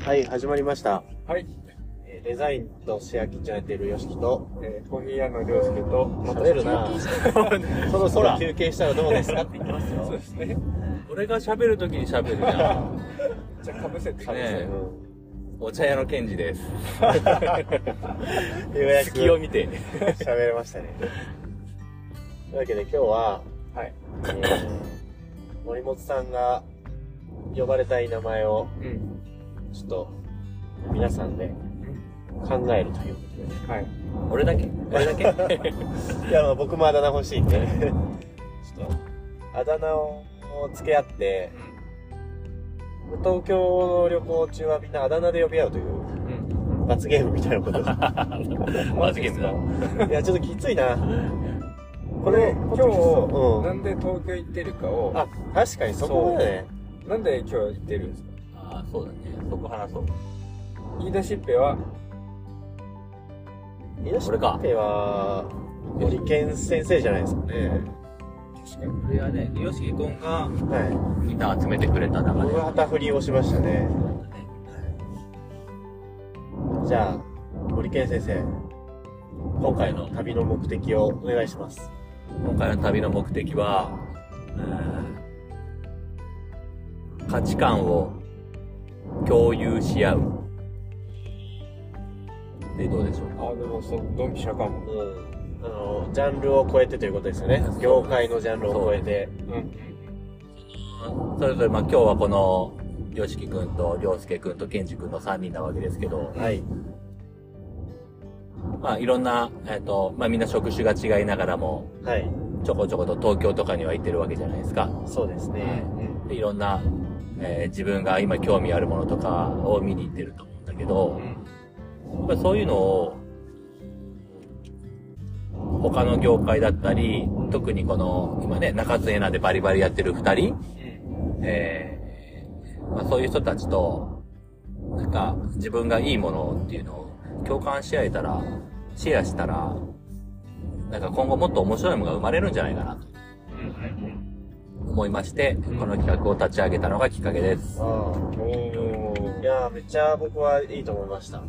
はい、始まりました。はい。えーデザインとシェアキッチンをやっているヨシキと、えー、コーヒー屋の涼介と、ま喋る なそろそろ休憩したらどうですかって言ってますそうよで。すね。俺が喋るときに喋るじゃん。 じゃあ、かぶせてかぶ せね。てお茶屋のケンジです。ようやく隙を見て。喋れましたね。というわけで今日は、はい。えー森本さんが呼ばれたい名前を、うん。ちょっと、皆さんで考えるということで。はい。俺だけ俺だけ いや、あの僕もあだ名欲しいんで。 ちょっと、あだ名を付け合って、東京の旅行中はみんなあだ名で呼び合うといううん。罰ゲームみたいな ことが。 マジゲームだ。いや、ちょっときついな。これ、今日今日、うんなんで東京行ってるかを、あ、確かにそこだね。なんで今日行ってるんですかああ、そうだね。そこ話そう。言い出しっぺは、イノシこれかシは、森健先生じゃないですかね。確かに。これはね、ヨシキ君がはい。ギター集めてくれた中僕で。は旗振りをしましたね。じゃあ、森健先生、今回の旅の目的をお願いします。今回の旅の目的は、うーん価値観を共有し合う。で、どうでしょうかあ、でも、その、ドンピシャかも。うんあの、ジャンルを超えてということですよねそう。業界のジャンルを超えて。うん。それぞれ、まあ、今日はこの、よしきくんと、りょうすけくんと、けんじくんの3人なわけですけど、はい。まあ、いろんな、えっ、と、まあ、みんな職種が違いながらも、はい。ちょこちょこと東京とかには行ってるわけじゃないですか。そうですね。で、いろんな、えー自分が今興味あるものとかを見に行ってると思うんだけど、やっぱりそういうのを、他の業界だったり、特にこの、今ね、中津エナでバリバリやってる二人、えーまあ、そういう人たちと、なんか自分がいいものっていうのを共感し合えたら、シェアしたら、なんか今後もっと面白いものが生まれるんじゃないかなと思いまして、この企画を立ち上げたのがきっかけです。あうん。おあ。ーい。やー、めっちゃ僕はいいと思いました。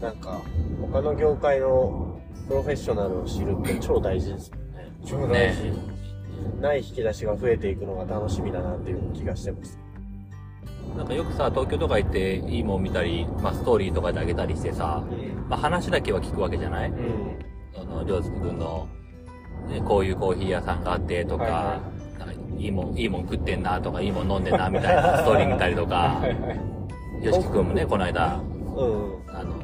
なんか、他の業界のプロフェッショナルを知るって超大事ですもんね。超大事。ねない引き出しが増えていくのが楽しみだなっていう気がしてます。なんかよくさ、東京とか行っていいもん見たり、まあ、ストーリーとかであげたりしてさ、ん。まあ、話だけは聞くわけじゃないうん。あの、りょうすけくんの、ね、こういうコーヒー屋さんがあってとか、はいはなんかいいもん、いいもん食ってんなとか、いいもん飲んでんなみたいなストーリー見たりとか、よしきくんもね、この間、うん。あの、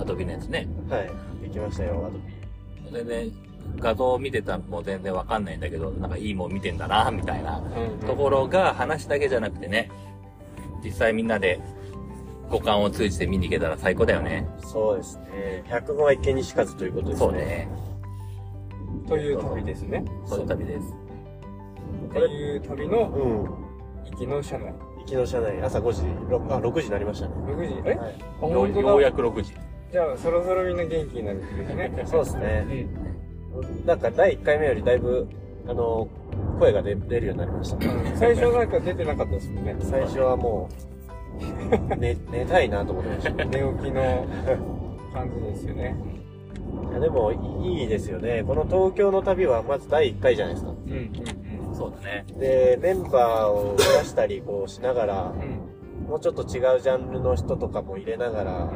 アドビのやつね。はい。できましたよ、アドビ。全然、画像を見てたのも全然わかんないんだけど、なんかいいもん見てんだな、みたいなところが話だけじゃなくてね、実際みんなで五感を通じて見に行けたら最高だよね。そうですね。100本は一見にしかずということですね。そう。ね。という旅ですね。そういう旅です。という旅の、うん。行きの車内。行きの車内、朝5時、6, あ6時になりましたね。 6時、えはいあよ本う当だようやく6時。じゃあ、そろそろみんな元気になるんですね。 そうですうね。ん。なんか第1回目よりだいぶ、あの、声が出出るようになりました。最初なんか出てなかったですもんね。最初はもう、 寝、寝たいなと思ってました。い寝起きの感じですよね。やでも、いいいですよね。この東京の旅はまず第1回じゃないですか。うんそうだね。で、メンバーを増やしたりこうしながら、もうちょっと違うジャンルの人とかも入れながら、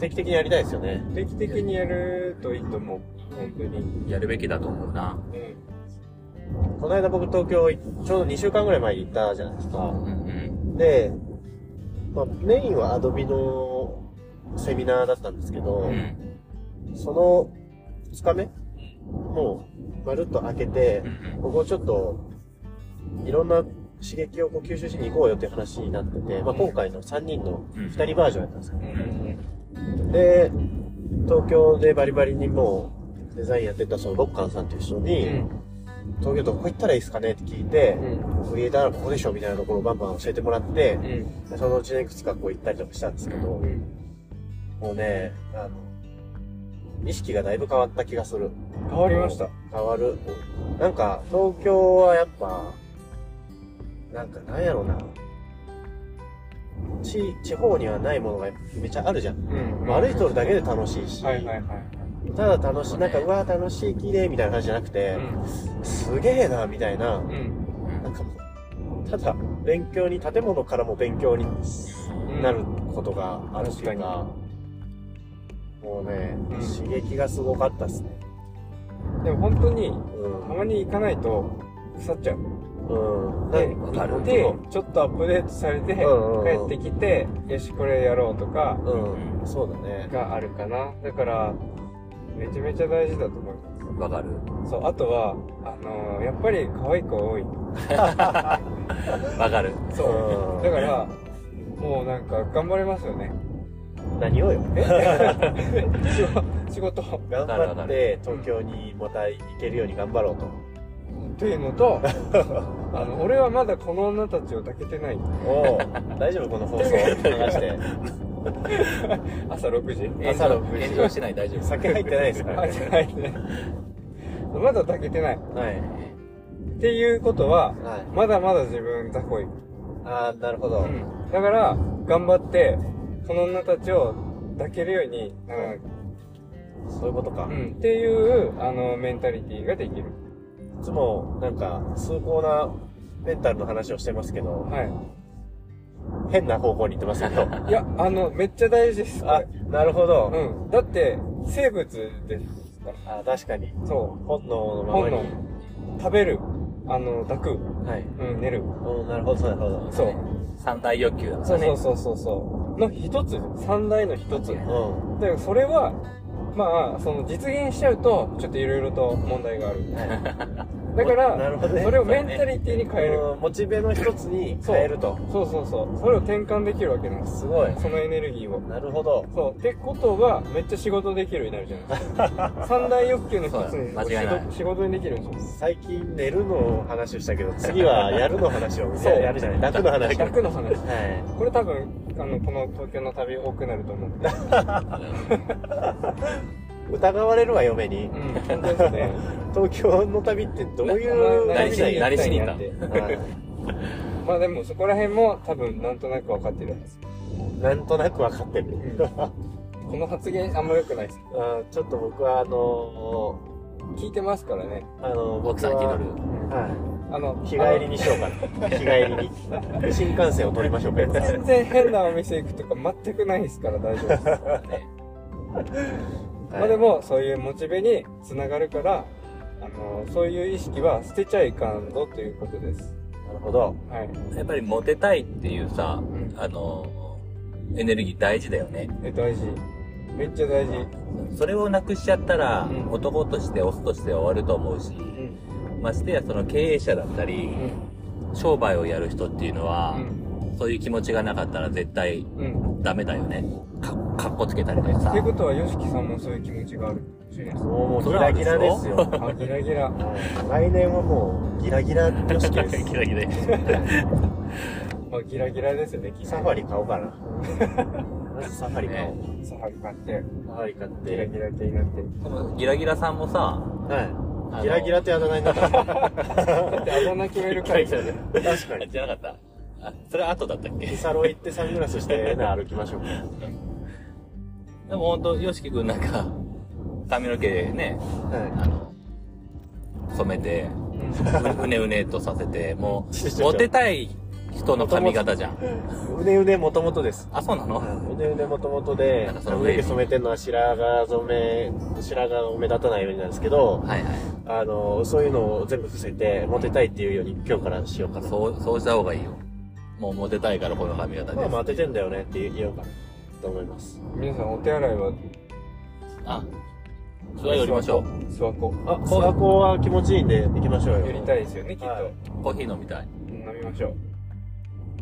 定期的にやりたいですよね。定期的にやるといいと思う。本当に。やるべきだと思うな。この間僕東京い、ちょうど2週間ぐらい前に行ったじゃないですか。うんうん。で、まあ、メインはアドビのセミナーだったんですけど、うんその2日目もうまるっと開けてう、んここちょっといろんな刺激をこう吸収しに行こうよっていう話になってて、まあ、今回の3人の2人バージョンやったんですよ。で、東京でバリバリにもうデザインやってたそのロッカンさんと一緒に、東京どこ行ったらいいですかねって聞いて、クリエイターならここでしょみたいなところをバンバン教えてもらって、でそのうちのいくつかこう行ったりとかしたんですけど、もうね、あの、意識がだいぶ変わった気がする。変わりました。変わる。なんか、東京はやっぱ、なんか、なんやろうな。地、地方にはないものがめっちゃあるじゃん。うんまあ歩いてるだけで楽しいし、はいはいはい。ただ楽しい、なんか、うわー楽しい、綺麗みたいな感じじゃなくて、すげえな、みたいな、うん。なんかもう、ただ、勉強に、建物からも勉強にうん。なることがあるっていうか、もうね、うん刺激がすごかったっすね。でも本当に、うたん。まに行かないと、腐っちゃう。うん。で、なんわかる行って、ちょっとアップデートされて、うんうんうん帰ってきて、よし、これやろうとか、うん。そうだね。があるかな。だから、めちゃめちゃ大事だと思いまわかる。す。そう、あとは、あのーやっぱり可愛い子多い。わかる。そうう。んだから、もうなんか、頑張れますよね。 何をよ。仕事仕事っ頑かるわ張かってる、東京にまた行けるように頑張ろうと。ていう のと、あの、俺はまだこの女たちを抱けてない。おう 大丈夫この放送流 して。朝6時朝の9時炎上してない、大丈夫。酒入ってないですからあね。じゃないね。まだ抱けてない。はい。っていうことは、はい。まだまだ自分雑魚い。ああ、なるほど。だから、頑張って、この女たちを抱けるようにならなきゃそういうことか。うんっていう、あの、メンタリティーができる。いつも、なんか、崇高なメンタルの話をしてますけど、は変な方向に行ってます けど。い。いや、あの、めっちゃ大事です。こあれ、なるほど。うん。だって、生物ですかあ確かに。ら。そ本能のう。まま本に。能。食べる。あの、抱く。はい。うん、寝る。うん、なるほど、なるほど。そう。三大欲求だからそうね。そうそうそうそう。の一つ。三大の一つ。間違いないうん。だからそれは、まあ、その実現しちゃうと、ちょっといろいろと問題がある。だか なるら、ほどねそれをメンタリティに変える。うんモチベの一つに変えると。そうそうそう。それを転換できるわけなんです。すごい。そのエネルギーを。なるほど。そう。ってことは、めっちゃ仕事できるようになるじゃないですか。三大欲求の一つにそう間違いない仕事にできるんですよ。最近寝るの話をしたけど、次はやるの話を、そうやるじゃない。楽の話を。逆の話。はい。これ多分、あの、この東京の旅多くなると思うんで。疑われるわ、嫁にう。ん、本当ですね。 東京の旅ってどういうな旅何しだに、よ。何しに行った何しにはいまあでも、そこら辺も多分、なんとなく分かってるはず。なんとなくわかってる。この発言あんま良くないです。あちょっと僕は、あの聞いてますからね。ー、あの奥さん気取る。はあの、い。日帰りにしようかな。日帰りに。新幹線を取りましょうか、やあの。つ全然変なお店行くとか全くないですから大丈夫です。 まあでも、そういうモチベにつながるから、あの、そういう意識は捨てちゃいかんぞということです。なるほど。はい。やっぱりモテたいっていうさ、んあの、エネルギー大事だよね。え、大事。めっちゃ大事。それをなくしちゃったら、うん男としてオスとして終わると思うし、うん。ましてやその経営者だったりう、ん。商売をやる人っていうのはう、ん。そういう気持ちがなかったら絶対うん。ダメだよね。か、かっこつけたりとかさ。という。ことは、ヨシキさんもそういう気持ちがあるかもしれないです。もう、ギラギラですよ。あ、ギラギラ。来年はもう、ギラギラ女子ですラギラ。まあ、ギラギラですよね、きっと サファリ買おうかな。まずサファリ買おう。サファリ買って、サファリ買っギラて。ギラ系になって。ギラギラさんもさ、はい。あのギラギラってあだ名になった。 だって、あだ名決めるギかラらギ。ラで確かに。じゃなかった。あ、それは後だったっけピサロ行ってサングラスして歩きましょうか。でもほんと、ヨシキくんなんか、髪の毛ね、はあの、染めて、ううねうねとさせて、もちょちょち う、ょモテたい人の髪型じ ゃん。い。うねうねもともとです。あ、そうなのうねうねもともとでなんかその、上毛染めてるのは白髪染め、白髪を目立たないようになんですけど、はいはい。あの、そういうのを全部伏せて、モテたいっていうように今日からしようかな。そう、そうした方がいいよ。もうモテたいからこの髪型まであす。まあ当ててんだよねって言おうかなと思います。皆さん、お手洗いは、あ、それは寄りましょう。諏訪湖。あ、諏訪湖は気持ちいいんで行きましょうよ。寄りたいですよね、きっと。はいコーヒー飲みたい。飲みましょう。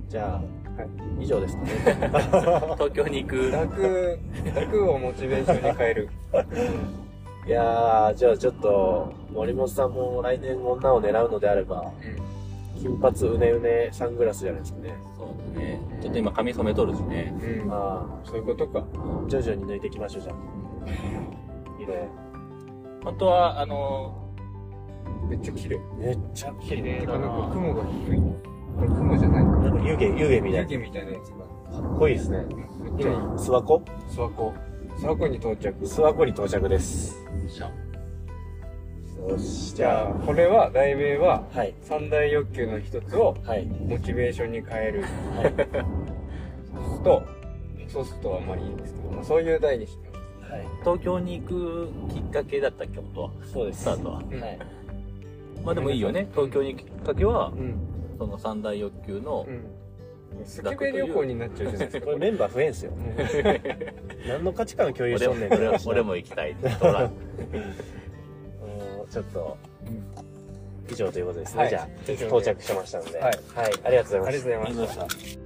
じゃあ、はい以上ですかね。 東京に行 く。楽、楽をモチベーションに 変える。いやー、じゃあちょっと、森本さんも来年女を狙うのであれば、金髪、うねうね、サングラスじゃないですかね。そうだね。ちょっと今髪染めとるしね。うん。まそういうことか。あ、徐々に抜いていきましょう、じゃあ。色。本当は、あの、めっちゃ綺麗。めっちゃ綺て麗かだなんかな。雲が低い。これ雲じゃないかなんか湯気、湯気みたい雪みたいなやつがな。かっこいいですね。めっちゃいい今、諏訪湖諏訪湖諏訪湖に到着諏訪湖に到着です。じゃよし、じじゃゃあこれは題名はあ、はい。三大欲求の一つをはい。モチベーションに変えるはい。ソスとソスとはあんまりいいんですけど、まあ、そういう題にしますはい。東京に行くきっかけだったっけ、本当は。そうでスす。タートは。うんはい。まあでもいいよね。東京に行くきっかけはう、んその三大欲求の、うんスケベ旅行になっちゃうじゃないですこれかメンバー増えんすよ。何の価値観共有し俺ともんねん俺も俺も行きた い。ほら。うんちょっと、以上ということですね。 はいじゃあ、以上で到着しましたので。はいありがとうございました。ありがとうございましたした。